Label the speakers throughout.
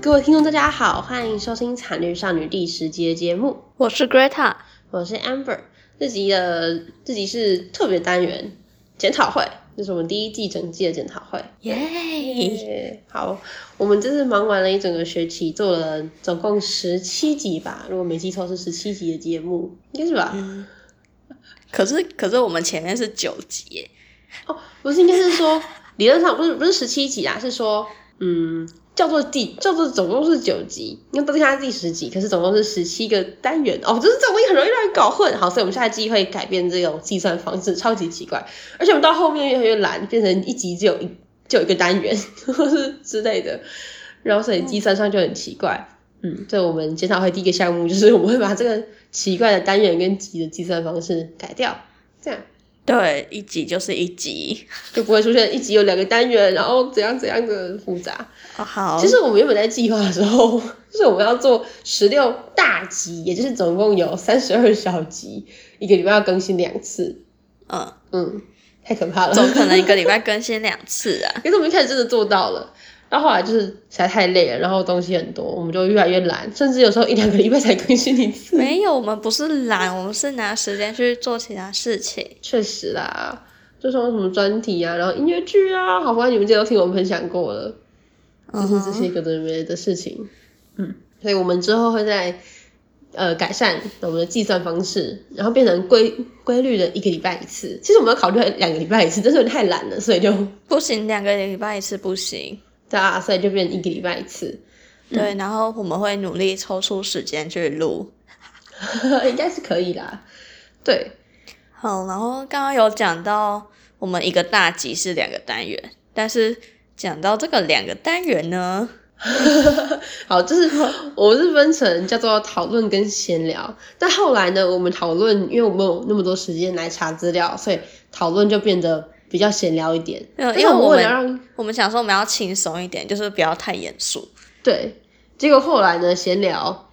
Speaker 1: 各位听众，大家好，欢迎收听《惨绿少女》第十集的节目，
Speaker 2: 我是 Greta，
Speaker 1: 我是 Amber。这集的这集是特别单元检讨会，这是我们第一季整季的检讨会。
Speaker 2: 耶、
Speaker 1: 耶好，我们这次忙完了一整个学期，做了总共十七集吧，如果没记错是十七集的节目，应该是吧？
Speaker 2: 嗯，可是可是我们前面是九集耶，
Speaker 1: 哦，不是，应该是说理论上不是不是十七集啊，是说嗯，叫做第叫做总共是九集，因为都是它第十集，可是总共是十七个单元哦， 就是这种东西很容易让人搞混。好，所以我们下一季会改变这种计算方式，超级奇怪，而且我们到后面越来越懒，变成一集只有一就有一个单元 或是之类的，然后所以计算上就很奇怪。嗯，所以我们检讨会第一个项目就是我们会把这个奇怪的单元跟集的计算方式改掉，这样。
Speaker 2: 对，一集就是一集。
Speaker 1: 就不会出现一集有两个单元，然后怎样怎样的复杂。
Speaker 2: 哦、好，
Speaker 1: 其实我们原本在计划的时候， 就是我们要做十六大集，也就是总共有三十二小集，一个礼拜要更新两次。
Speaker 2: 嗯，
Speaker 1: 嗯，太可怕了。
Speaker 2: 总可能一个礼拜更新两次 啊。
Speaker 1: 可是我们一开始真的做到了，然后后来就是实在太累了，然后东西很多，我们就越来越懒，甚至有时候一两个礼拜才更新一次。
Speaker 2: 没有，我们不是懒，我们是拿时间去做其他事情。
Speaker 1: 确实啦，就说什么专题啊，然后音乐剧啊，好像你们之前都听我们分享过了。
Speaker 2: 嗯
Speaker 1: 就是这
Speaker 2: 哼，
Speaker 1: 些有的没的事情。嗯，所以我们之后会在呃改善我们的计算方式，然后变成规规律的一个礼拜一次。其实我们要考虑两个礼拜一次，但是有点太懒了，所以就
Speaker 2: 不行，两个礼拜一次不行。
Speaker 1: 对啊，所以就变成一个礼拜一次，
Speaker 2: 对，然后我们会努力抽出时间去录。
Speaker 1: 应该是可以啦。对，
Speaker 2: 好，然后刚刚有讲到我们一个大集是两个单元，但是讲到这个两个单元呢，
Speaker 1: 好， 就是我是分成叫做讨论跟闲聊，但后来呢，我们讨论，因为我们有那么多时间来查资料，所以讨论就变得比较闲聊一点。
Speaker 2: 没有
Speaker 1: 但是
Speaker 2: 嗯因为我
Speaker 1: 为了
Speaker 2: 们
Speaker 1: 让
Speaker 2: 我们想说我们要轻松一点，就是不要太严肃。
Speaker 1: 对，结果后来呢，闲聊，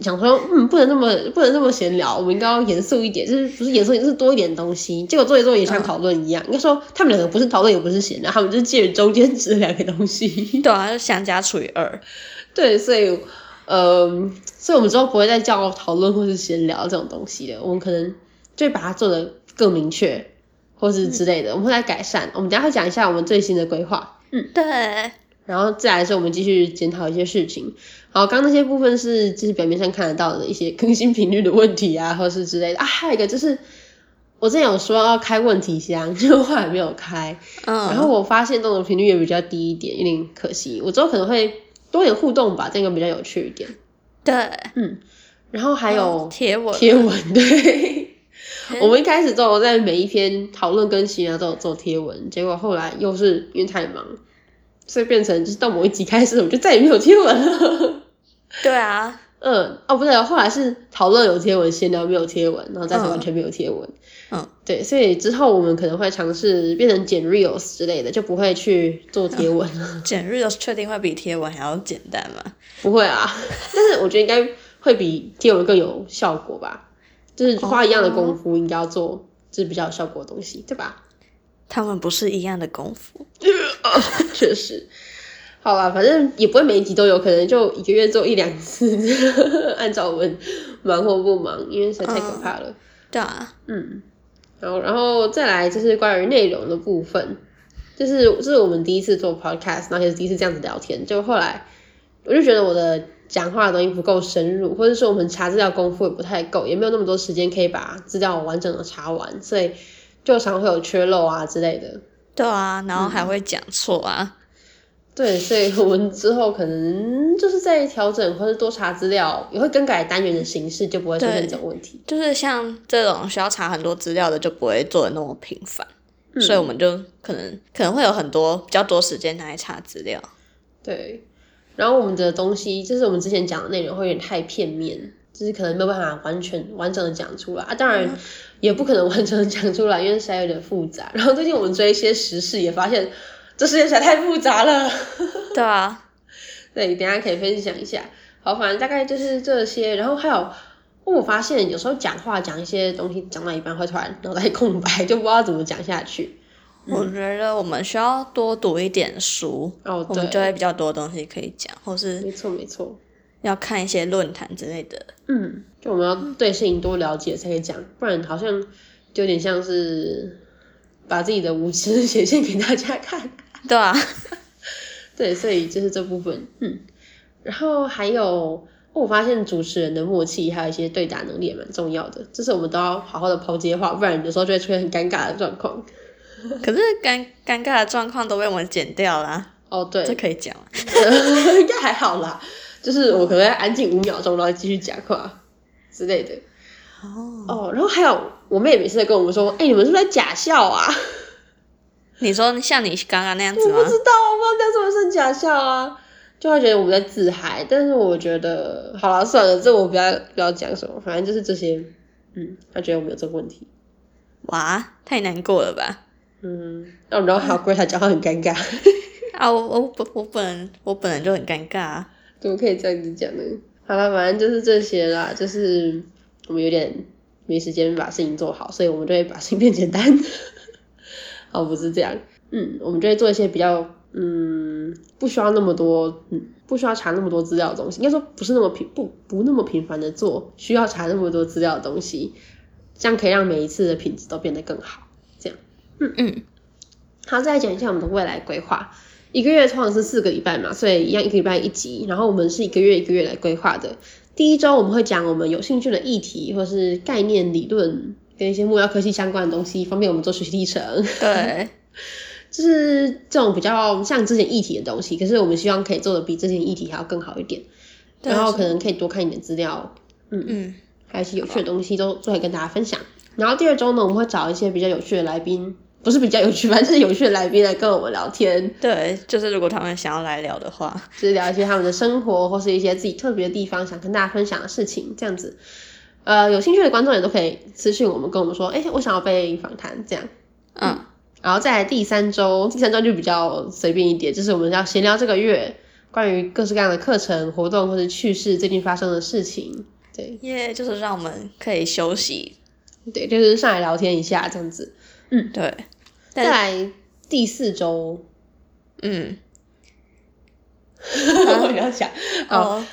Speaker 1: 想说，嗯，不能那么不能那么闲聊，我们应该要严肃一点，就是不是严肃，就是多一点东西。结果做一做也
Speaker 2: 嗯
Speaker 1: 像讨论一样，应该说他们两个不是讨论，也不是闲聊，他们就是介于中间值的两个东西。
Speaker 2: 对啊，就相加除以二。
Speaker 1: 对，所以，嗯，所以我们之后不会再叫讨论或是闲聊这种东西了，我们可能就会把它做的更明确，或是之类的，我们会来改善。我们等一下会讲一下我们最新的规划。
Speaker 2: 对，
Speaker 1: 然后再来是我们继续检讨一些事情。好，刚刚那些部分是就是表面上看得到的一些更新频率的问题啊，或是之类的啊。还有一个就是我之前有说要开问题箱， 结果后来没有开。
Speaker 2: 嗯，
Speaker 1: 然后我发现这种频率也比较低一点，有点可惜。我之后可能会多点互动吧，这样比较有趣一点。
Speaker 2: 对，
Speaker 1: 嗯然后还有
Speaker 2: 哦贴文，
Speaker 1: 贴文， 对。我们一开始都有在每一篇讨论跟闲聊都有做贴文，结果后来又是因为太忙，所以变成就是到某一集开始，我就再也没有贴文了。
Speaker 2: 对啊，
Speaker 1: 嗯，哦，不对哦，后来是讨论有贴文，闲聊没有贴文，然后再是完全没有贴文。
Speaker 2: 嗯，
Speaker 1: 对，所以之后我们可能会尝试变成剪 reels 之类的，就不会去做贴文了。
Speaker 2: 剪 reels 确定会比贴文还要简单吗？
Speaker 1: 不会啊， 但是我觉得应该会比贴文更有效果吧，就是花一样的功夫，应该要做就是比较有效果的东西，对吧？
Speaker 2: 他们不是一样的功夫。
Speaker 1: 确实。好啦，反正也不会每一集都有，可能就一个月做一两次， 按照我们忙或不忙，因为实在太可怕了。
Speaker 2: 对啊，
Speaker 1: 嗯，然后然后再来就是关于内容的部分，就是这是我们第一次做 podcast，然后也是第一次这样子聊天，就后来我就觉得我的讲话的东西不够深入，或者说我们查资料功夫也不太够，也没有那么多时间可以把资料完整的查完，所以就常会有缺漏啊之类的。
Speaker 2: 对啊，然后还会讲错啊。
Speaker 1: 对，所以我们之后可能就是在调整或者多查资料，也会更改单元的形式，就不会出现这种问题。
Speaker 2: 就是像这种需要查很多资料的，就不会做的那么频繁，
Speaker 1: 嗯
Speaker 2: 所以我们就可能可能会有很多比较多时间拿来查资料。
Speaker 1: 对，然后我们的东西就是我们之前讲的内容会有点太片面，就是可能没有办法完全完整的讲出来啊。当
Speaker 2: 嗯
Speaker 1: 然也不可能完整的讲出来，因为实在有点复杂。然后最近我们追一些时事，也发现这世界实在太复杂了。
Speaker 2: 对啊，
Speaker 1: 对，等一下可以分享一下。好，反正大概就是这些，然后还有。哦我发现有时候讲话讲一些东西讲到一半会突然脑袋空白，就不知道怎么讲下去。
Speaker 2: 我觉得我们需要多读一点书，
Speaker 1: 哦，
Speaker 2: 我
Speaker 1: 对，
Speaker 2: 们就会比较多东西可以讲，或是
Speaker 1: 没错没错，
Speaker 2: 要看一些论坛之类 的。
Speaker 1: 嗯，就我们要对事情多了解才可以讲，不然好像就有点像是把自己的无知 显现给大家看。
Speaker 2: 对啊，
Speaker 1: 对，所以就是这部分，嗯，然后还有，哦我发现主持人的默契还有一些对答能力也蛮重要的，就是我们都要好好的抛接话，不然有时候就会出现很尴尬的状况。
Speaker 2: 可是尴尴尬的状况都被我们剪掉啦，
Speaker 1: 哦，对，
Speaker 2: 这可以讲吗？
Speaker 1: 应该还好啦，就是我可能要安静五秒钟，然后继续讲话之类的。
Speaker 2: 哦，
Speaker 1: 哦，然后还有我妹每次都跟我们说，哎、你们是不是在假笑啊？
Speaker 2: 你说像你刚刚那样
Speaker 1: 我
Speaker 2: 子
Speaker 1: 不
Speaker 2: 吗？
Speaker 1: 知道，我不知道该算不算假笑啊，就会觉得我们在自嗨。但是我觉得，好了，算了，这我不要不要讲什么，反正就是这些。嗯，他觉得我们有这个问题。
Speaker 2: 哇，太难过了吧？
Speaker 1: 嗯，然后然后还有 Greta 讲话很尴尬，
Speaker 2: 啊，我我本我本人我本人就很尴尬、啊，
Speaker 1: 怎么可以这样子讲呢？好了，反正就是这些啦，就是我们有点没时间把事情做好，所以我们就会把事情变简单。 哦，不是这样，嗯，我们就会做一些比较，嗯，不需要那么多，嗯，不需要查那么多资料的东西，应该说不是那么频不不那么频繁的做，需要查那么多资料的东西，这样可以让每一次的品质都变得更好。
Speaker 2: 嗯，
Speaker 1: 好，再来讲一下我们的未来规划。一个月通常是四个礼拜嘛，所以一样一个礼拜一集。然后我们是一个月一个月来规划的。第一周我们会讲我们有兴趣的议题，或是概念、理论跟一些目标科技相关的东西，方便我们做学习历程。
Speaker 2: 对，
Speaker 1: 就是这种比较像之前议题的东西，可是我们希望可以做的比之前议题还要更好一点。
Speaker 2: 对
Speaker 1: 然后
Speaker 2: 是
Speaker 1: 可能可以多看一点资料，
Speaker 2: 嗯，
Speaker 1: 还有一些有趣的东西都都会跟大家分享。然后第二周呢，我们会找一些比较有趣的来宾，不是比较有趣，反正就是有趣的来宾来跟我们聊天。
Speaker 2: 对，就是如果他们想要来聊的话，
Speaker 1: 就是聊一些他们的生活或是一些自己特别的地方，想跟大家分享的事情，这样子。呃，有兴趣的观众也都可以私信我们，跟我们说，哎、我想要被访谈这样。
Speaker 2: 嗯，
Speaker 1: 然后再来第三周，第三周就比较随便一点，就是我们要闲聊这个月关于各式各样的课程、活动或者趣事，最近发生的事情。对
Speaker 2: 耶、就是让我们可以休息，
Speaker 1: 对，就是上来聊天一下这样子。
Speaker 2: 对，但
Speaker 1: 再来第四周，
Speaker 2: 嗯，
Speaker 1: 我要想，哦，
Speaker 2: 哦，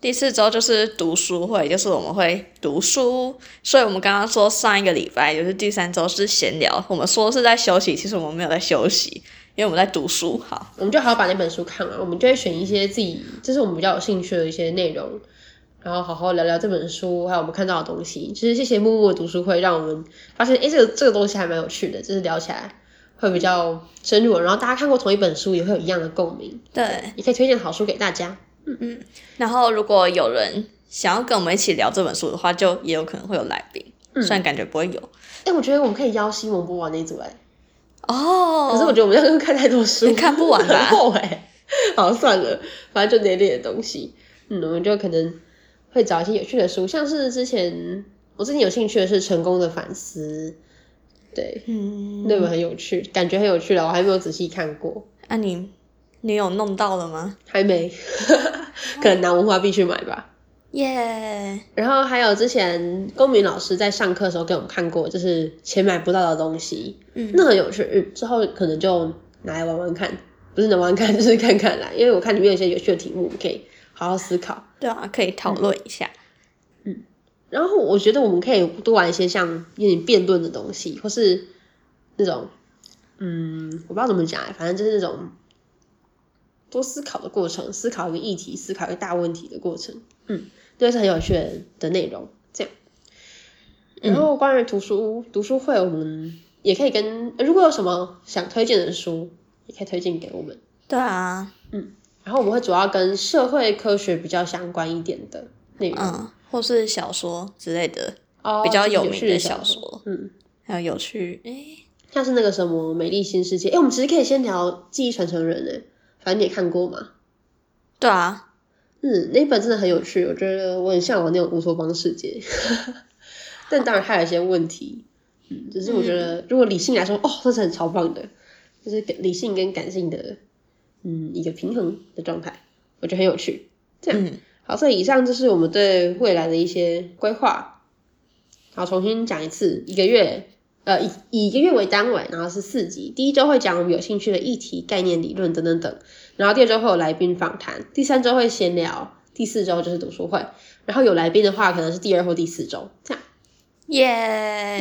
Speaker 2: 第四周就是读书会，就是我们会读书，所以我们刚刚说上一个礼拜就是第三周是闲聊，我们说是在休息，其实我们没有在休息，因为我们在读书。好，
Speaker 1: 我们就好好把那本书看完，我们就会选一些自己就是我们比较有兴趣的一些内容，然后好好聊聊这本书，还有我们看到的东西。其实谢谢木木的读书会，让我们发现，诶，这个这个东西还蛮有趣的，就是聊起来会比较深入。然后大家看过同一本书，也会有一样的共鸣，
Speaker 2: 对，
Speaker 1: 也可以推荐好书给大家。
Speaker 2: 然后如果有人想要跟我们一起聊这本书的话，就也有可能会有来宾，虽然感觉不会有
Speaker 1: 嗯诶，我觉得我们可以邀西蒙波娃那一组来，
Speaker 2: 哦。
Speaker 1: 可是我觉得我们这样看太多书，
Speaker 2: 你看不完吧
Speaker 1: 很厚哎、好，算了，反正就那类的东西，嗯，我们就可能会找一些有趣的书，像是之前我最近有兴趣的是《成功的反思》，对，
Speaker 2: 嗯，
Speaker 1: 那本很有趣，感觉很有趣了，我还没有仔细看过，
Speaker 2: 啊你你有弄到了吗？
Speaker 1: 还没， 可能拿文化币去买吧。
Speaker 2: 耶、
Speaker 1: 然后还有之前公民老师在上课的时候给我们看过，就是钱买不到的东西，
Speaker 2: 嗯，
Speaker 1: 那很有趣，嗯，之后可能就拿来玩玩看，不是拿玩玩看，就是看看啦。因为我看里面有一些有趣的题目，我们可以好好思考。
Speaker 2: 对啊，可以讨论一下。
Speaker 1: 嗯然后我觉得我们可以多玩一些像有点辩论的东西，或是那种，嗯，我不知道怎么讲欸，反正就是那种多思考的过程，思考一个议题，思考一个大问题的过程，嗯，这是很有趣的的内容。这样，
Speaker 2: 嗯
Speaker 1: 然后关于读书读书会，我们也可以跟如果有什么想推荐的书，也可以推荐给我们。
Speaker 2: 对啊，
Speaker 1: 然后我们会主要跟社会科学比较相关一点的内容，
Speaker 2: 嗯，或是小说之类的，
Speaker 1: 哦
Speaker 2: 比较
Speaker 1: 就是
Speaker 2: 有
Speaker 1: 有
Speaker 2: 名
Speaker 1: 趣
Speaker 2: 的
Speaker 1: 的
Speaker 2: 小
Speaker 1: 说，
Speaker 2: 说
Speaker 1: 嗯。
Speaker 2: 还有有趣，诶，
Speaker 1: 像是那个什么《美丽新世界》，哎、我们其实可以先聊《记忆传承人》哎，反正你也看过嘛。
Speaker 2: 对啊，
Speaker 1: 嗯，那一本真的很有趣，我觉得我很向往那种乌托邦世界， 但当然它有一些问题。嗯，只是我觉得如果理性来说，哦，这是很超棒的，就是给理性跟感性的，嗯，一个平衡的状态，我觉得很有趣。这样，
Speaker 2: 嗯，
Speaker 1: 好，所以以上就是我们对未来的一些规划。好，重新讲一次，一个月呃，以以一个月为单位，然后是四集。第一周会讲我们有兴趣的议题、概念、理论等等等，然后第二周会有来宾访谈，第三周会闲聊，第四周就是读书会。然后有来宾的话，可能是第二或第四周这样。
Speaker 2: 耶！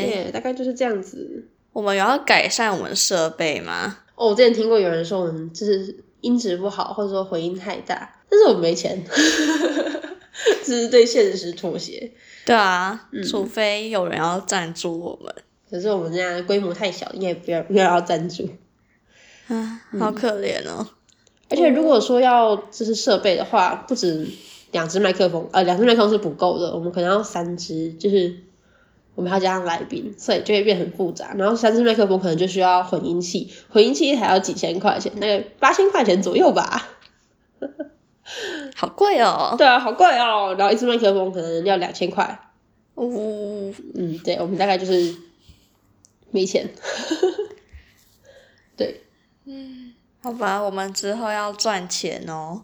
Speaker 1: 耶、大概就是这样子。
Speaker 2: 我们有要改善我们设备吗？
Speaker 1: 哦，我之前听过有人说我们就是音质不好，或者说回音太大，但是我们没钱， 只是对现实妥协。
Speaker 2: 对啊，
Speaker 1: 嗯
Speaker 2: 除非有人要赞助我们。
Speaker 1: 可是我们家规模太小，应该也不要不要赞助。
Speaker 2: 啊，好
Speaker 1: 嗯
Speaker 2: 可怜哦。
Speaker 1: 而且如果说要就是设备的话，不止两只麦克风，呃，两只麦克风是不够的，我们可能要三只，就是我们还要加上来宾，所以就会变很复杂。然后三只麦克风可能就需要混音器，混音器还要几千块钱，那个八千块钱左右吧。
Speaker 2: 好贵哦。
Speaker 1: 对啊，好贵哦。然后一只麦克风可能要两千块。
Speaker 2: 呜、
Speaker 1: 嗯，对，我们大概就是没钱。 对，
Speaker 2: 好吧，我们之后要赚钱哦。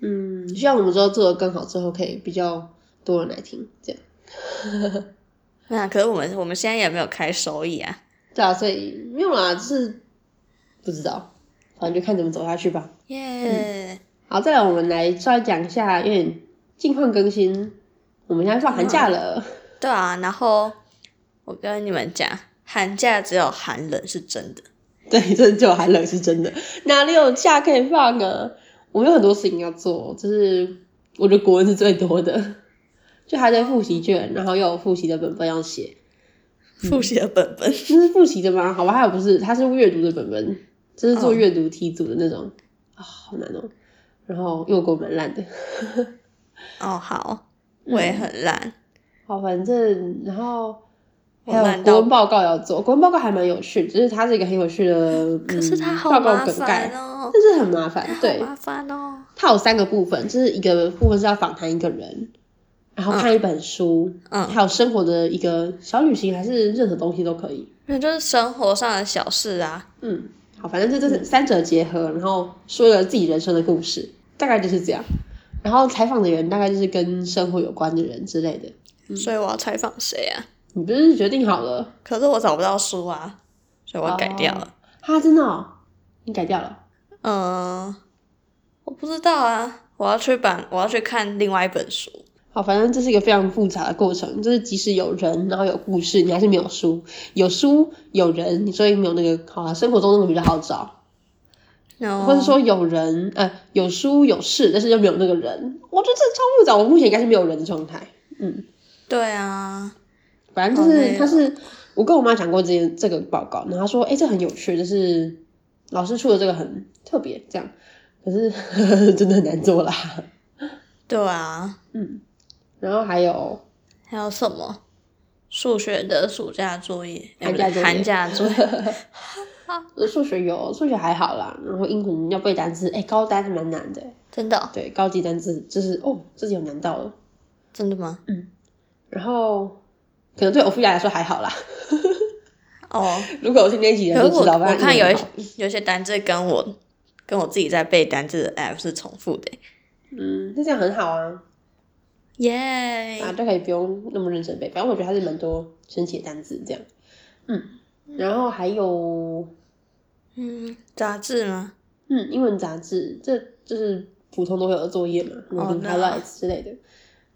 Speaker 1: 嗯，希望我们之后做的更好，之后可以比较多人来听，这样。
Speaker 2: 那、可是我们我们现在也没有开收益啊。
Speaker 1: 对啊，所以没有啦，就是不知道，反正就看怎么走下去吧。
Speaker 2: 耶、嗯
Speaker 1: 好，再来我们来稍微讲一下，有点近况更新。我们现在放寒假了，
Speaker 2: 对啊，然后我跟你们讲，寒假只有寒冷是真的。
Speaker 1: 对，真的就寒冷是真的，哪里有假可以放啊？我们有很多事情要做，就是我觉得国文是最多的，就还在复习卷，然后又有复习的本本要写，嗯
Speaker 2: 复习的本本，
Speaker 1: 那是复习的吗？好吧，还有不是，它是阅读的本本，就是做
Speaker 2: 哦
Speaker 1: 阅读题组的那种，啊、好难哦。然后因为我国文蛮烂的，
Speaker 2: 哦，好，
Speaker 1: 嗯
Speaker 2: 我也很烂，
Speaker 1: 好，反正然后
Speaker 2: 我
Speaker 1: 还有
Speaker 2: 烂
Speaker 1: 国
Speaker 2: 到
Speaker 1: 文报告要做，国文报告还蛮有趣，就是它是一个很有趣的，
Speaker 2: 可是
Speaker 1: 嗯
Speaker 2: 它好
Speaker 1: 报告
Speaker 2: 麻
Speaker 1: 梗概
Speaker 2: 烦，哦，
Speaker 1: 但是很麻烦
Speaker 2: 它，好
Speaker 1: 对，
Speaker 2: 麻烦哦。
Speaker 1: 它有三个部分，就是一个部分是要访谈一个人，然后看一本书，
Speaker 2: 嗯，
Speaker 1: 还有生活的一个小旅行，还是任何东西都可以，
Speaker 2: 那就是生活上的小事啊。
Speaker 1: 嗯，好，反正这这是三者结合，然后说了自己人生的故事，大概就是这样。然后采访的人大概就是跟生活有关的人之类的。
Speaker 2: 所以我要采访谁啊？
Speaker 1: 你不是决定好了？
Speaker 2: 可是我找不到书啊，所以我改掉了。
Speaker 1: 哈，真的、哦，你改掉了？
Speaker 2: 嗯，我不知道啊，我要去版，我要去看另外一本书。
Speaker 1: 好，反正这是一个非常复杂的过程，就是即使有人，然后有故事，你还是没有书；有书有人，你所以没有那个好啊，生活中那个比较好找，
Speaker 2: 然后
Speaker 1: 或者说有人呃有书有事，但是又没有那个人，我觉得这超复杂。我目前应该是没有人的状态，嗯。
Speaker 2: 对啊，
Speaker 1: 反正就
Speaker 2: 好
Speaker 1: 是
Speaker 2: 累
Speaker 1: 他
Speaker 2: 哦
Speaker 1: 是我跟我妈讲过这件这个报告，然后她说，哎、这很有趣，就是老师出的这个很特别，这样，可是 真的很难做啦。
Speaker 2: 对啊，
Speaker 1: 嗯， 然后还有
Speaker 2: 还有什么？数学的暑假作业，
Speaker 1: 寒假作业
Speaker 2: 寒假 作业
Speaker 1: 呃数学有数学还好啦，然后英文要背单词，哎、高单是蛮难的，
Speaker 2: 真的哦
Speaker 1: 对，高级单词就是哦自己有难到了，
Speaker 2: 真的吗？
Speaker 1: 然后可能对欧菲亚来说还好啦。
Speaker 2: 哦，
Speaker 1: 如果我听那集
Speaker 2: 可
Speaker 1: 人
Speaker 2: 是
Speaker 1: 就
Speaker 2: 我
Speaker 1: 知道，
Speaker 2: 我
Speaker 1: 反正
Speaker 2: 看
Speaker 1: 英文
Speaker 2: 有一
Speaker 1: 好
Speaker 2: 有一些单字跟我跟我自己在背单字的 app 是重复的，
Speaker 1: 嗯，那这样很好啊，
Speaker 2: 耶、
Speaker 1: 啊，都可以不用那么认真背。反正我觉得还是蛮多神奇的单词这样。嗯，然后还有
Speaker 2: 嗯，杂志吗？
Speaker 1: 嗯，英文杂志，这就是普通都会有的作业嘛，什么
Speaker 2: 哦
Speaker 1: Reading
Speaker 2: 那嗯
Speaker 1: highlights 之类的。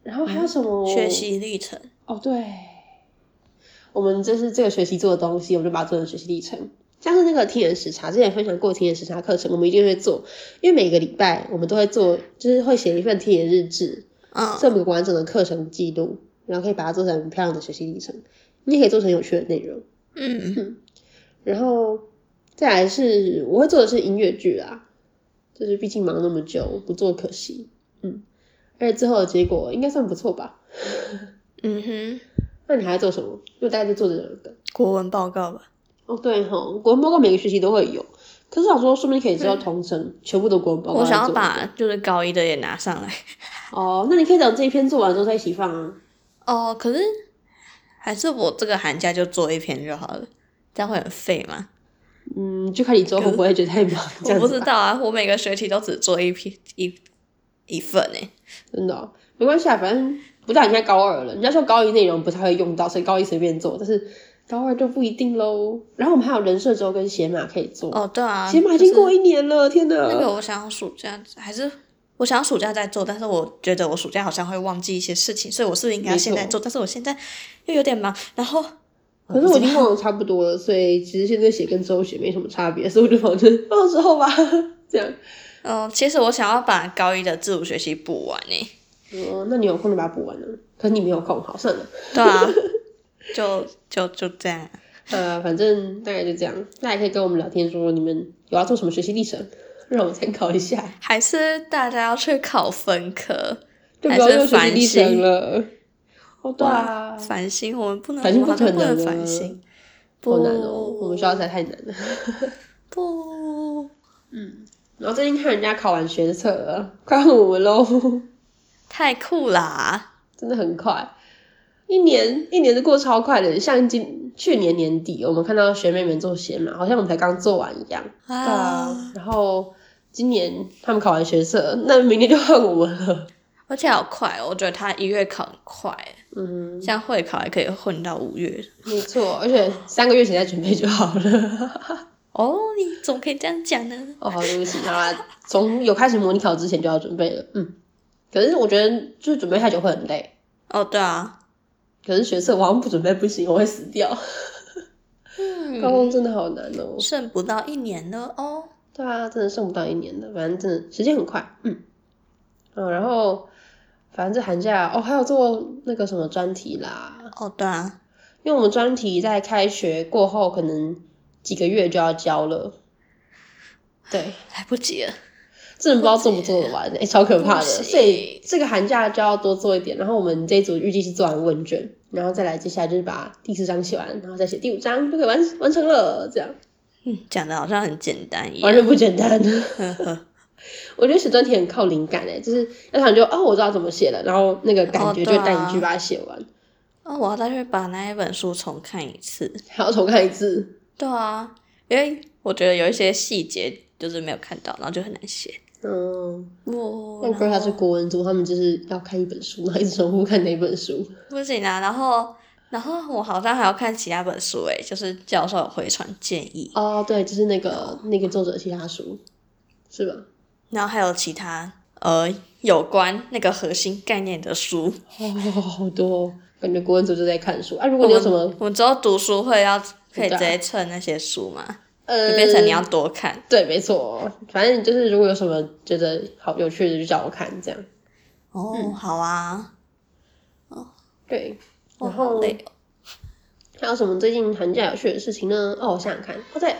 Speaker 1: 然后还有什么、
Speaker 2: 学习历程，
Speaker 1: 哦，对，我们这是这个学期做的东西，我们就把它做成学习历程。像是那个听人时差，之前分享过听人时差课程，我们一定会做，因为每个礼拜我们都会做，就是会写一份听人日志，
Speaker 2: 嗯，
Speaker 1: 这么个完整的课程记录，然后可以把它做成很漂亮的学习历程，你也可以做成有趣的内容。
Speaker 2: 嗯，
Speaker 1: 然后再来是我会做的是音乐剧啦，就是毕竟忙那么久不做可惜，嗯，而且最后的结果应该算不错吧？
Speaker 2: 嗯哼，
Speaker 1: 那你还在做什么？因为大家就做这两个。
Speaker 2: 国文报告吧。
Speaker 1: 哦，对吼，国文报告每个学期都会有，可是想说，说不定可以知道同城、全部的国文报告
Speaker 2: 我
Speaker 1: 来做一个。
Speaker 2: 想要把就是高一的也拿上来。
Speaker 1: 哦，那你可以等这一篇做完之后再一起放啊。
Speaker 2: 哦，可是还是我这个寒假就做一篇就好了，这样会很废吗？
Speaker 1: 嗯，就看你之后会不会觉得太忙，这
Speaker 2: 我
Speaker 1: 样
Speaker 2: 不
Speaker 1: 子
Speaker 2: 知
Speaker 1: 吧。
Speaker 2: 道啊，我每个学期都只做一篇一一份欸诶、
Speaker 1: 真的哦、没关系啊，反正不但人家高二了，人家说高一内容不太会用到，所以高一随便做。但是高二就不一定喽。然后我们还有人设周跟鞋码可以做，
Speaker 2: 哦，对啊，
Speaker 1: 鞋码已
Speaker 2: 就
Speaker 1: 经
Speaker 2: 是
Speaker 1: 过一年了，天哪！
Speaker 2: 那个我想要暑假还是我想要暑假再做，但是我觉得我暑假好像会忘记一些事情，所以我是不是应该要
Speaker 1: 没
Speaker 2: 现在
Speaker 1: 错
Speaker 2: 做？但是我现在又有点忙，然后
Speaker 1: 可是我已经忘了差不多了，所以其实现在写跟周写没什么差别，所以我就反正放之后吧， 这样。
Speaker 2: 嗯，其实我想要把高一的自主学习补完欸呢。
Speaker 1: 哦，那你有空就把它补完了，可你没有空，好算了。
Speaker 2: 对啊，就就就这样。
Speaker 1: 呃，反正大概就这样。那也可以跟我们聊天说你们有要做什么学习历程，让我参考一下，
Speaker 2: 还是大家要去考分科，
Speaker 1: 就不要用学习历
Speaker 2: 还是
Speaker 1: 程了。 哦，对
Speaker 2: 哇
Speaker 1: 啊，
Speaker 2: 反省我们不能，
Speaker 1: 反省
Speaker 2: 我们好
Speaker 1: 不
Speaker 2: 像
Speaker 1: 可
Speaker 2: 不能
Speaker 1: 能啊
Speaker 2: 反省，不
Speaker 1: 好难哦，我们学校实在太难了。
Speaker 2: 不，
Speaker 1: 然后最近看人家考完学测了， 快换我们喽，
Speaker 2: 太酷啦！
Speaker 1: 真的很快，一年一年都过超快的。像今去年年底，我们看到学妹们做鞋嘛，好像我们才刚做完一样。对
Speaker 2: 啊，
Speaker 1: 啊，然后今年他们考完学测，那明年就换我们了。
Speaker 2: 而且好快哦，我觉得他一月考很快，
Speaker 1: 嗯，
Speaker 2: 像会考还可以混到五月。
Speaker 1: 没错， 而且三个月前再准备就好了。
Speaker 2: 哦，你怎么可以这样讲呢？
Speaker 1: 哦，好，对不起，好啦，从有开始模拟考之前就要准备了。嗯，可是我觉得就是准备太久会很累，
Speaker 2: 哦，对啊，
Speaker 1: 可是学测我好像不准备不行，我会死掉。高
Speaker 2: 嗯，
Speaker 1: 中真的好难哦。
Speaker 2: 剩不到一年了哦。
Speaker 1: 对啊，真的剩不到一年的，反正真的时间很快。嗯，嗯，然后反正这寒假哦，还有做那个什么专题啦，
Speaker 2: 哦，对啊，
Speaker 1: 因为我们专题在开学过后可能几个月就要交了。对，
Speaker 2: 来不及了。
Speaker 1: 真的不知道做不做得完，哎、超可怕的。
Speaker 2: 不行
Speaker 1: 所以这个寒假就要多做一点。然后我们这一组预计是做完问卷，然后再来接下来就是把第四章写完，然后再写第五章就可以完完成了。这样
Speaker 2: 嗯，讲的好像很简单一
Speaker 1: 完
Speaker 2: 样。
Speaker 1: 全不简 单。
Speaker 2: 呵呵
Speaker 1: 我觉得写专题很靠灵感哎、就是要想就哦我知道怎么写了，然后那个
Speaker 2: 哦
Speaker 1: 感觉就
Speaker 2: 对啊
Speaker 1: 带你去把它写完，
Speaker 2: 哦，我要再去把那一本书重看一次。
Speaker 1: 还要重看一次。
Speaker 2: 对啊，因为我觉得有一些细节就是没有看到，然后就很难写。
Speaker 1: 嗯，哦
Speaker 2: 我
Speaker 1: 那 g r 是国文组，他们就是要看一本书，然后一直重复看那本书。
Speaker 2: 不行啊，然后然后我好像还要看其他本书诶，就是教授有回传建议，
Speaker 1: 哦，对，就是那个那个作者其他书，是吧？
Speaker 2: 然后还有其他呃有关那个核心概念的书。
Speaker 1: 哦，好多、哦，感觉国文组就在看 书啊。如果你有什么，
Speaker 2: 我们之后读书会要可
Speaker 1: 对
Speaker 2: 以
Speaker 1: 啊
Speaker 2: 直接蹭那些书嘛，就
Speaker 1: 呃，
Speaker 2: 变成你要多看。
Speaker 1: 对，没错，反正就是如果有什么觉得好有趣的，就叫我看这样。嗯
Speaker 2: 哦，好啊，
Speaker 1: 对，
Speaker 2: 我
Speaker 1: 然
Speaker 2: 好
Speaker 1: 后
Speaker 2: 累哦。
Speaker 1: 还有什么最近寒假有趣的事情呢？哦，我想想看，哦，对，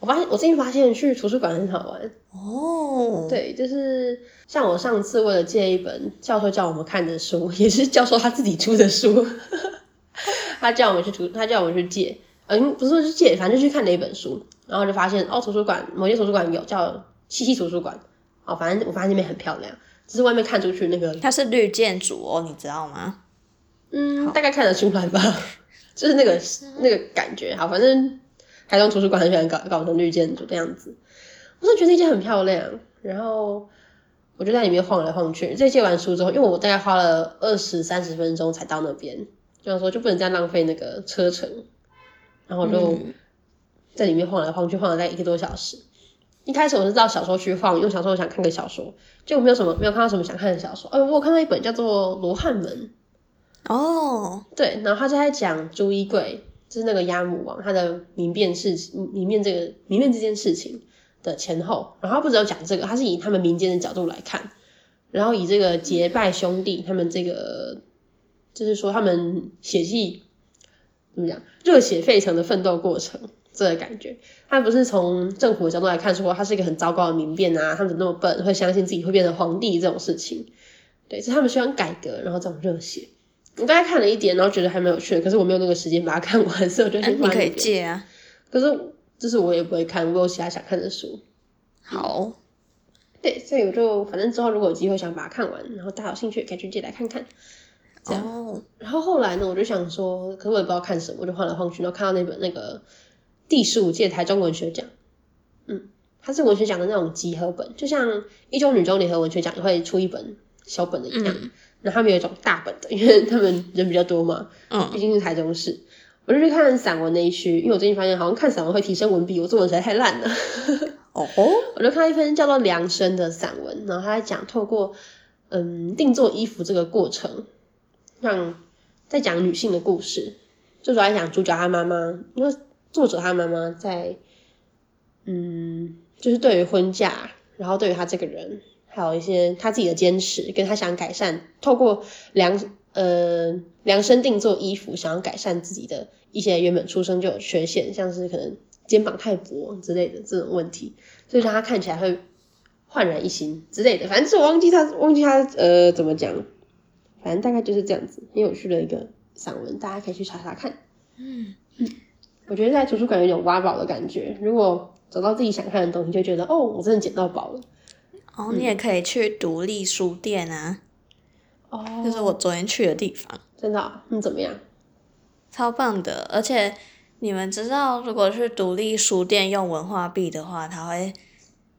Speaker 1: 我发现我最近发现去图书馆很好玩。
Speaker 2: 哦，
Speaker 1: 对，就是像我上次为了借一本教授叫我们看的书，也是教授他自己出的书， 他叫我们去图，他叫我们去借，嗯，不是说去借，反正就去看了一本书，然后就发现哦，图书馆某些图书馆有叫七七图书馆，哦，反正我发现那边很漂亮，只是外面看出去那个，
Speaker 2: 它是绿建筑哦，你知道吗？
Speaker 1: 嗯，大概看得出来吧， 就是那个那个感觉，好，反正台中图书馆很喜欢搞搞成绿建筑这样子，我真的觉得那间很漂亮，然后。我就在里面晃来晃去。在借完书之后，因为我大概花了二十三十分钟才到那边，就想说就不能再浪费那个车程，然后我就
Speaker 2: 嗯
Speaker 1: 在里面晃来晃去，晃了大概一个多小时。一开始我是到小说区晃，因为小说我想看个小说，结果没有什么没有看到什么想看的小说。哦，我有看到一本叫做《罗汉门》，
Speaker 2: 哦，
Speaker 1: 对，然后他就在讲朱衣贵，就是那个鸭母王他的明辨事情，明辨这个明辨这件事情的前后，然后他不只有讲这个，他是以他们民间的角度来看，然后以这个结拜兄弟他们这个，就是说他们血气怎么讲，热血沸腾的奋斗过程。这个感觉，他不是从政府的角度来看说他是一个很糟糕的民变啊，他们怎么那么笨，会相信自己会变成皇帝这种事情，对，是他们希望改革，然后这种热血，我大概看了一点，然后觉得还蛮有趣的，可是我没有那个时间把它看完，所以我就
Speaker 2: 哎、
Speaker 1: 先
Speaker 2: 你
Speaker 1: 放在
Speaker 2: 可
Speaker 1: 那
Speaker 2: 以
Speaker 1: 边。
Speaker 2: 借啊。
Speaker 1: 可是就是我也不会看，我有其他想看的书。
Speaker 2: 好，
Speaker 1: 对，所以我就反正之后如果有机会想把它看完，然后大家有兴趣也可以去借来看看。这样
Speaker 2: 哦，
Speaker 1: 然后后来呢，我就想说，可是我也不知道看什么，我就晃来晃去，然后看到那本那个第十五届台中文学奖，嗯，它是文学奖的那种集合本，就像一中、女中联合文学奖也会出一本小本的一样，
Speaker 2: 嗯
Speaker 1: 然后他们有一种大本的，因为他们人比较多嘛，毕
Speaker 2: 嗯，
Speaker 1: 竟是台中市。我就去看散文那一区，因为我最近发现好像看散文会提升文笔，我作文实在太烂了。
Speaker 2: 哦吼，
Speaker 1: 我就看到一篇叫做《量身》的散文，然后他在讲透过嗯定做衣服这个过程，让在讲女性的故事，就主要在讲主角他妈妈，因为作者他妈妈在嗯就是对于婚嫁，然后对于他这个人，还有一些他自己的坚持，跟他想改善，透过量呃量身定做衣服，想要改善自己的一些原本出生就有缺陷，像是可能肩膀太薄之类的这种问题。所以让他看起来会焕然一新之类的。反正是我忘记他忘记他呃怎么讲，反正大概就是这样子，很有趣的一个散文，大家可以去查查看。
Speaker 2: 嗯，
Speaker 1: 我觉得在图书馆有点挖宝的感觉，如果找到自己想看的东西，就觉得哦，我真的捡到宝了。
Speaker 2: 哦，你也可以去独立书店啊，
Speaker 1: 哦，
Speaker 2: 这是我昨天去的地方，
Speaker 1: 真的啊、嗯，怎么样？
Speaker 2: 超棒的。而且你们知道，如果去独立书店用文化币的话，他会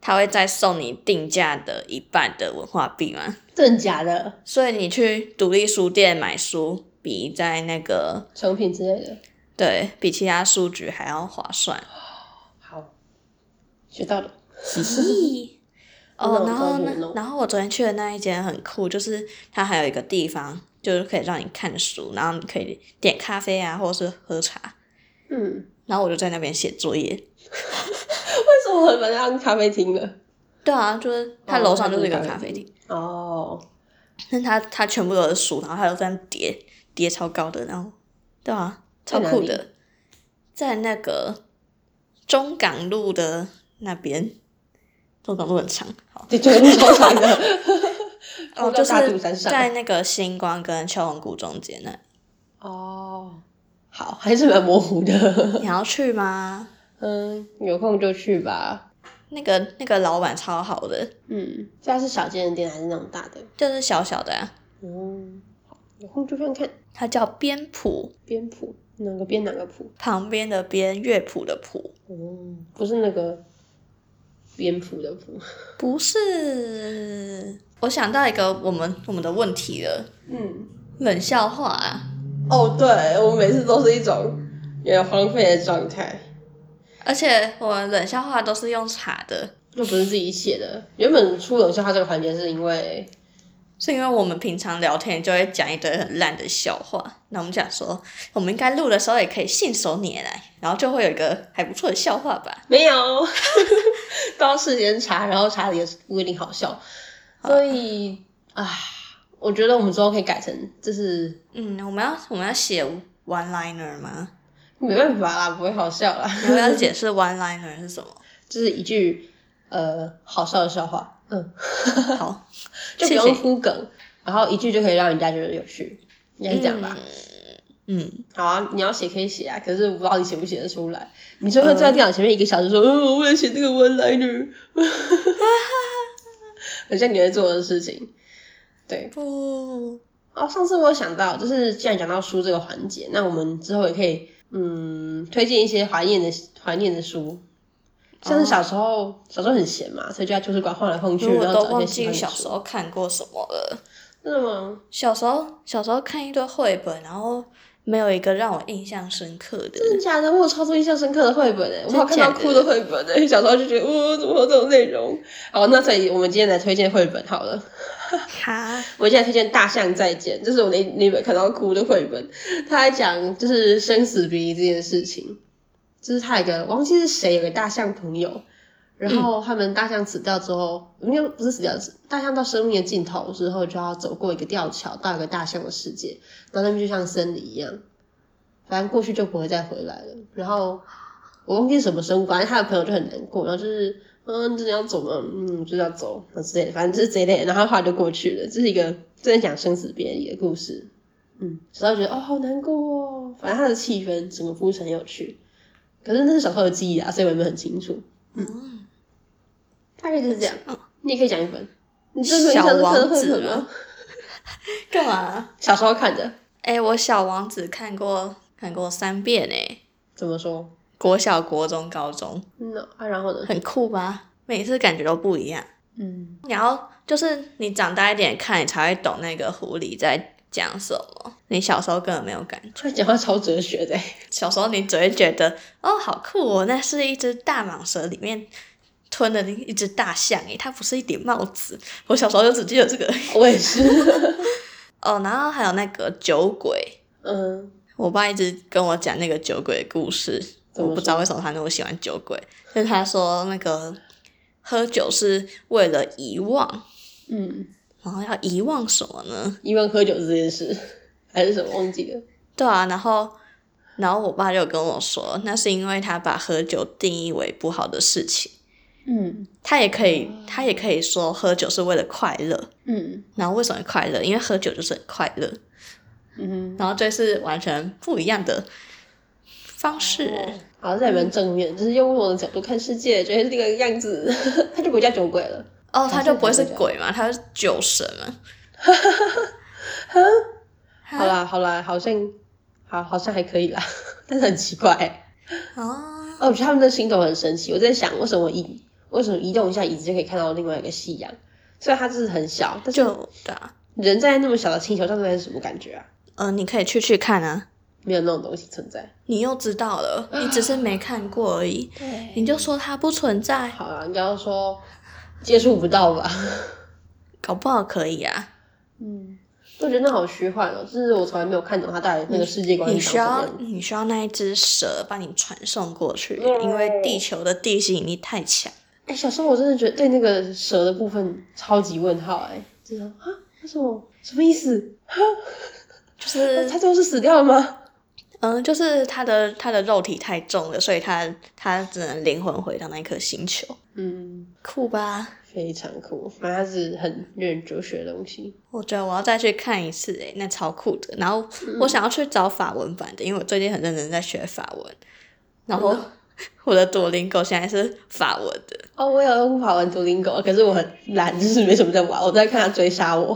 Speaker 2: 他会再送你定价的一半的文化币吗？
Speaker 1: 真的假的？
Speaker 2: 所以你去独立书店买书，比在那个
Speaker 1: 成品之类的。
Speaker 2: 对比其他书局还要划算。
Speaker 1: 好，学到了。
Speaker 2: 嘻嘻。 哦，然后
Speaker 1: 那我知道怎么
Speaker 2: 呢
Speaker 1: 弄？
Speaker 2: 然后我昨天去的那一间很酷，就是它还有一个地方，就是可以让你看书，然后你可以点咖啡啊，或者是喝茶。
Speaker 1: 嗯，
Speaker 2: 然后我就在那边写作业。
Speaker 1: 为什么我们让咖啡厅了？
Speaker 2: 对啊，就是它
Speaker 1: 哦
Speaker 2: 楼上就是一个
Speaker 1: 它就是
Speaker 2: 咖
Speaker 1: 咖啡
Speaker 2: 啡厅，
Speaker 1: 哦，
Speaker 2: 但它它全部都是书，然后它都这样叠叠超高的，然后对啊，超
Speaker 1: 在哪
Speaker 2: 酷
Speaker 1: 里
Speaker 2: 的，在那个中港路的那边，中港路很长，好，
Speaker 1: 这绝对是超 长的。
Speaker 2: 哦，
Speaker 1: 我
Speaker 2: 就
Speaker 1: 大肚
Speaker 2: 是
Speaker 1: 山上啊
Speaker 2: 在那个星光跟秋红谷中间那里，
Speaker 1: 哦，好，还是蛮模糊的。
Speaker 2: 你要去吗？
Speaker 1: 嗯，有空就去吧。
Speaker 2: 那个那个老板超好的，
Speaker 1: 嗯，家是小间的店还是那种大的？
Speaker 2: 就是小小的、啊，
Speaker 1: 嗯，好，有空就看看
Speaker 2: 它叫边谱，
Speaker 1: 边谱，哪个边哪个谱？
Speaker 2: 旁边的边，乐谱的谱，
Speaker 1: 嗯，不是那个边谱的谱。
Speaker 2: 不是。我想到一个我们我们的问题了，
Speaker 1: 嗯，
Speaker 2: 冷笑话啊，
Speaker 1: 哦，对，我每次都是一种有点荒废的状态。
Speaker 2: 而且我们冷笑话都是用查的，
Speaker 1: 又不是自己写的，原本出冷笑话这个环节是因为
Speaker 2: 是因为我们平常聊天就会讲一堆很烂的笑话，那我们讲说我们应该录的时候也可以信手拈来，然后就会有一个还不错的笑话吧。
Speaker 1: 没有， 都要事先查，然后查的也是不一定好笑，所以啊，我觉得我们之后可以改成，就是
Speaker 2: 嗯，我们要我们要 写 one liner 吗？
Speaker 1: 没办法啦，不会好笑啦，
Speaker 2: 我们要解释 one liner 是什么？
Speaker 1: 就是一句呃好笑的笑话，嗯，
Speaker 2: 好，
Speaker 1: 就不
Speaker 2: 谢
Speaker 1: 用
Speaker 2: 谢。
Speaker 1: 铺梗，然后一句就可以让人家觉得有趣，应该是这样吧？
Speaker 2: 嗯，
Speaker 1: 好啊，你要写可以写啊，可是我不知道你写不写得出来，
Speaker 2: 嗯
Speaker 1: 你就会坐在电脑前面一个小时说，嗯，我为了写这个 one liner，很像你会做的事情，对。
Speaker 2: 不，
Speaker 1: 哦，上次我有想到，就是既然讲到书这个环节，那我们之后也可以，嗯，推荐一些怀念的怀念的书，像是小时候、小时候很闲嘛，所以就在图书馆晃来晃去，
Speaker 2: 哦因为我
Speaker 1: 然
Speaker 2: 都
Speaker 1: 后找
Speaker 2: 忘
Speaker 1: 一些喜
Speaker 2: 记
Speaker 1: 欢的
Speaker 2: 小时
Speaker 1: 书。
Speaker 2: 候看过什么了。
Speaker 1: 真的吗？
Speaker 2: 小时候小时候看一堆绘本，然后没有一个让我印象深刻的。
Speaker 1: 真的假的？我有超多印象深刻的绘本诶、欸我有看到
Speaker 2: 假的
Speaker 1: 哭的绘本诶、小时候就觉得，哇、怎么有这种内容？好，那所以我们今天来推荐绘本好了。
Speaker 2: 哈，
Speaker 1: 我现在推荐《大象再见》，这是我那那本看到哭的绘本，他在讲就是生死别离这件事情，就是他有一个我忘记是谁有个大象朋友，然后他们大象死掉之后，没有不是死掉，是大象到生命的尽头之后就要走过一个吊桥到一个大象的世界，然后那边就像森林一样，反正过去就不会再回来了。然后我忘记什么生物，反正他的朋友就很难过，然后就是嗯，真的要走吗？嗯，就是要走，那之类的，反正就是这一类的。然后后来就过去了，这是一个真的讲生死别离的故事。嗯，小时候觉得哦好难过哦，反正他的气氛整个故事很有趣，可是那是小时候的记忆啊，所以我也没有很清楚。
Speaker 2: 嗯，
Speaker 1: 大概就是这样
Speaker 2: 嗯。
Speaker 1: 你也可以讲一本，你真的有印象深刻的绘本
Speaker 2: 小王
Speaker 1: 吗？
Speaker 2: 干嘛？
Speaker 1: 小时候看的，
Speaker 2: 哎、我小王子看过看过三遍哎、
Speaker 1: 怎么说？
Speaker 2: 国小、国中、高中，
Speaker 1: 嗯啊，然后呢？
Speaker 2: 很酷吧？每次感觉都不一样。
Speaker 1: 嗯，
Speaker 2: 然后就是你长大一点看，你才会懂那个狐狸在讲什么，你小时候根本没有感觉。
Speaker 1: 他讲话超哲学的欸、
Speaker 2: 小时候你只会觉得哦，好酷哦，那是一只大蟒蛇里面吞了一只大象诶，它不是一顶帽子。我小时候就只记得这个
Speaker 1: 我也是，
Speaker 2: 哦，然后还有那个酒鬼，
Speaker 1: 嗯，
Speaker 2: 我爸一直跟我讲那个酒鬼的故事，
Speaker 1: 怎么
Speaker 2: 我不知道为什么他那么喜欢酒鬼，就是他说那个喝酒是为了遗忘，
Speaker 1: 嗯，
Speaker 2: 然后要遗忘什么呢？
Speaker 1: 因为喝酒这件事还是什么忘记了，
Speaker 2: 对啊，然后然后我爸就跟我说，那是因为他把喝酒定义为不好的事情。
Speaker 1: 嗯
Speaker 2: 他也可以，他也可以说喝酒是为了快乐。
Speaker 1: 嗯
Speaker 2: 然后为什么快乐？因为喝酒就是很快乐。
Speaker 1: 嗯哼，
Speaker 2: 然后这是完全不一样的方式。
Speaker 1: 好，这还蛮正面，就是用不同的角度看世界，觉得是另外一个样子， 他就不叫酒鬼了，
Speaker 2: 哦，他就不会是
Speaker 1: 好像是
Speaker 2: 鬼嘛，他是酒神啊嘛。
Speaker 1: 好啦好啦，好像好好像还可以啦， 但是很奇怪欸、
Speaker 2: 哦，
Speaker 1: 哦，我觉得他们的行动很神奇。我在想，为什么移为什么移动一下椅子就可以看到另外一个夕阳？虽然它就是很小，但是
Speaker 2: 就对啊，
Speaker 1: 人在那么小的气球上面是什么感觉啊？
Speaker 2: 呃，你可以去去看啊。
Speaker 1: 没有那种东西存在。
Speaker 2: 你又知道了，你只是没看过而已。
Speaker 1: 对，
Speaker 2: 你就说它不存在，
Speaker 1: 好啊了，你刚刚说接触不到吧？
Speaker 2: 搞不好可以啊。
Speaker 1: 嗯，我觉得那好虚幻哦，就是我从来没有看懂它到底那个世界观
Speaker 2: 你
Speaker 1: 是
Speaker 2: 需
Speaker 1: 长什么
Speaker 2: 要
Speaker 1: 样子。
Speaker 2: 你需要那一只蛇把你传送过去，
Speaker 1: 嗯
Speaker 2: 因为地球的地吸引力太强。
Speaker 1: 哎、小时候我真的觉得对那个蛇的部分超级问号、哎，真的啊，为什么？什么意思？
Speaker 2: 就是
Speaker 1: 它最后是死掉了吗？
Speaker 2: 嗯，就是他的他的肉体太重了，所以他他只能灵魂回到那颗星球，
Speaker 1: 嗯，
Speaker 2: 酷吧？
Speaker 1: 非常酷，反正它是很认哲学的东西。
Speaker 2: 我觉得我要再去看一次，欸诶，那超酷的。然后我想要去找法文版的，因为我最近很认真在学法文，然后 我的朵林狗现在是法文的，
Speaker 1: 哦，我有用法玩独林狗，可是我很懒，就是没什么在玩，我在看它追杀我，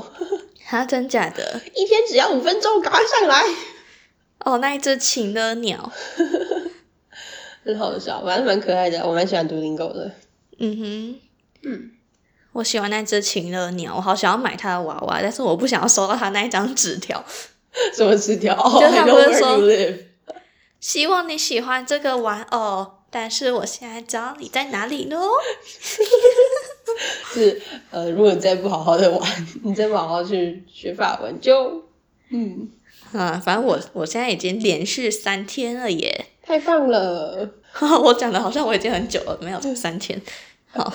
Speaker 2: 哈，真假的？
Speaker 1: 一天只要五分钟，赶快上来，
Speaker 2: 哦，那一只晴的鸟，
Speaker 1: 很好笑，反正蛮可爱的，我蛮喜欢独林狗的。
Speaker 2: 嗯哼。
Speaker 1: 嗯，
Speaker 2: 我喜欢那只晴的鸟，我好想要买它的娃娃，但是我不想要收到它那一张纸条。
Speaker 1: 什么词条？
Speaker 2: 就 他
Speaker 1: I
Speaker 2: 不
Speaker 1: know
Speaker 2: 是
Speaker 1: where
Speaker 2: 说
Speaker 1: you live
Speaker 2: 希望你喜欢这个玩偶，但是我现在知道你在哪里喽。
Speaker 1: 是呃，如果你再不好好的玩，你再不好好去学法文，就嗯，
Speaker 2: 啊，反正我我现在已经连续三天了耶，
Speaker 1: 太棒了。
Speaker 2: 我讲的好像我已经很久了，没有三天。好，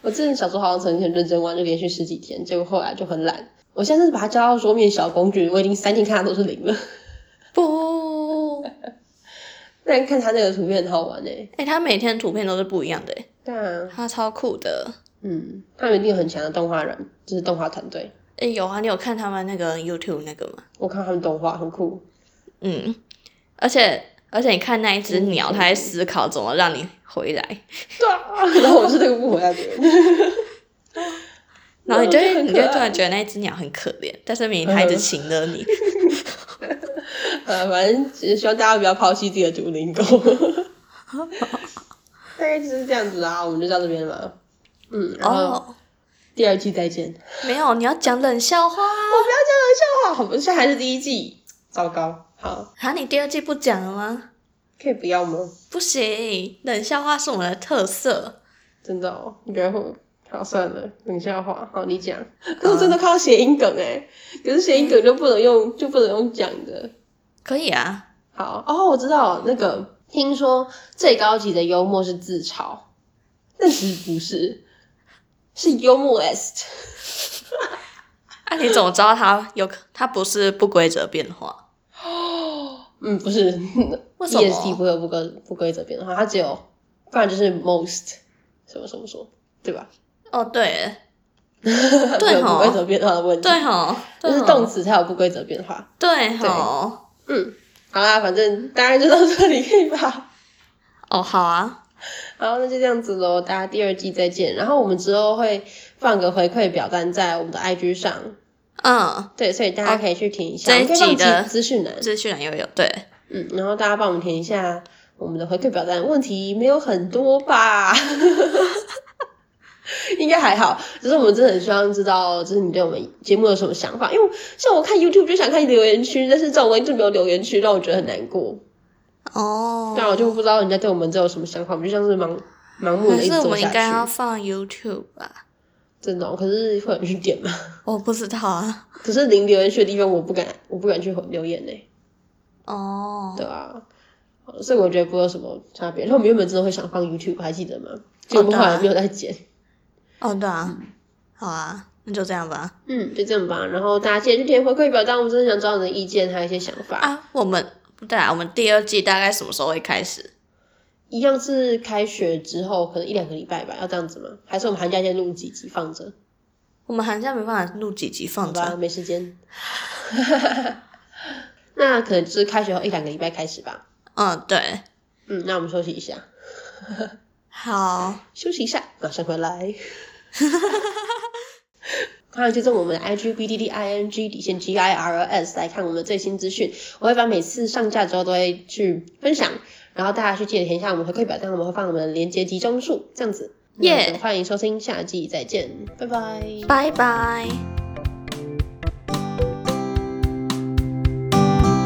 Speaker 1: 我之前小时候好像曾经很认真玩，就连续十几天，结果后来就很懒。我现在是把它教到桌面小工具，我已经三天看它都是零了。
Speaker 2: 不，
Speaker 1: 但看它那个图片很好玩诶、欸
Speaker 2: 哎、他每天图片都是不一样的耶，
Speaker 1: 对啊，
Speaker 2: 他超酷的。
Speaker 1: 嗯，他们一定有很强的动画人，就是动画团队。
Speaker 2: 哎、有啊，你有看他们那个 YouTube 那个吗？
Speaker 1: 我看他们动画很酷，
Speaker 2: 嗯，而且而且你看那一只
Speaker 1: 嗯
Speaker 2: 鸟，它在思考怎么让你回来，
Speaker 1: 对啊，然后我是那个不回答别人，
Speaker 2: 然后你就
Speaker 1: 那
Speaker 2: 会
Speaker 1: 我
Speaker 2: 你
Speaker 1: 觉得很
Speaker 2: 就会
Speaker 1: 可爱
Speaker 2: 突然觉得那一只鸟很可怜，但是明明它一
Speaker 1: 嗯
Speaker 2: 直请了你。
Speaker 1: 呃，反正只是希望大家不要抛弃自己的独灵狗。大概就是这样子啊，我们就到这边了。嗯，然后
Speaker 2: 哦，
Speaker 1: 第二季再见。我
Speaker 2: 没有，你要讲冷笑话啊。
Speaker 1: 哦不要讲冷笑话，我们现在还是第一季，糟糕。好，
Speaker 2: 啊，你第二季不讲了吗？
Speaker 1: 可以不要吗？
Speaker 2: 不行，冷笑话是我们的特色。
Speaker 1: 真的哦，你不要会。好，算了，冷笑话。好，你讲。可是我真的靠谐音梗哎、可是谐音梗就不能用，就不能用讲的。
Speaker 2: 可以啊，
Speaker 1: 好，哦，我知道那个，听说最高级的幽默是自嘲，但其实不是，是幽默 est。
Speaker 2: 啊，你怎么知道它有它不是不规则变化？
Speaker 1: 嗯，不是
Speaker 2: 为什么
Speaker 1: ，est 不会有不规不规则变化，它只有，不然就是 most 什么什么什么，对吧？
Speaker 2: 哦，对，
Speaker 1: 对
Speaker 2: 吼
Speaker 1: 不规则变化的问题，
Speaker 2: 对吼，
Speaker 1: 就
Speaker 2: 对
Speaker 1: 是
Speaker 2: 吼
Speaker 1: 动，词才有不规则变化。
Speaker 2: 对吼，
Speaker 1: 嗯，好啦，反正大概就到这里可以吧。
Speaker 2: 哦，好啊，
Speaker 1: 好，那就这样子喽，大家第二季再见。然后我们之后会放个回馈表单在我们的 IG 上，
Speaker 2: 嗯，
Speaker 1: 对，所以大家可以去填一下，
Speaker 2: 这一
Speaker 1: 我们可以放
Speaker 2: 集的
Speaker 1: 资资讯栏，
Speaker 2: 资讯栏又有，对，
Speaker 1: 嗯，然后大家帮我们填一下我们的回馈表单，问题没有很多吧？ 应该还好。只是我们真的很希望知道，就是你对我们节目有什么想法。因为像我看 YouTube 就想看留言区，但是这种我一直没有留言区，让我觉得很难过。
Speaker 2: 哦，
Speaker 1: 对啊，我就不知道人家对我们这有什么想法，我们就像是盲盲目
Speaker 2: 可
Speaker 1: 的一
Speaker 2: 是
Speaker 1: 直
Speaker 2: 我
Speaker 1: 做
Speaker 2: 们应
Speaker 1: 下
Speaker 2: 该要
Speaker 1: 去。
Speaker 2: 放 YouTube 吧？
Speaker 1: 这种可是会有人去点嘛？
Speaker 2: 我不知道啊。
Speaker 1: 可是零留言区的地方，我不敢，我不敢去留言呢、欸
Speaker 2: 哦，
Speaker 1: 对啊，所以我觉得不会有什么差别。然后我们原本真的会想放 YouTube，还记得吗？结果我们后来没有再剪。
Speaker 2: 哦，对啊，好啊，那就这样吧。
Speaker 1: 嗯，就这样吧。然后大家记得去填回馈表单，我们真的想知道你的意见还有一些想法。
Speaker 2: 啊，我们不对啊，我们第二季大概什么时候会开始？
Speaker 1: 一样是开学之后，可能一两个礼拜吧，要这样子吗？还是我们寒假先录几集放着？
Speaker 2: 我们寒假没办法录几集放
Speaker 1: 好吧，
Speaker 2: 着。
Speaker 1: 没时间。 那可能就是开学后一两个礼拜开始吧。
Speaker 2: 嗯，对，
Speaker 1: 嗯，那我们休息一下，
Speaker 2: 好，
Speaker 1: 休息一下，马上回来。 当然，追踪我们的 IG B D D I N G 底线 G I R L S 来看我们的最新资讯。我会把每次上架之后都会去分享，然后大家去记得填一下我们回馈表单，我们会放我们的连接集中数这样子。那
Speaker 2: 耶
Speaker 1: 就欢迎收听，下季再见，拜拜。
Speaker 2: 拜拜。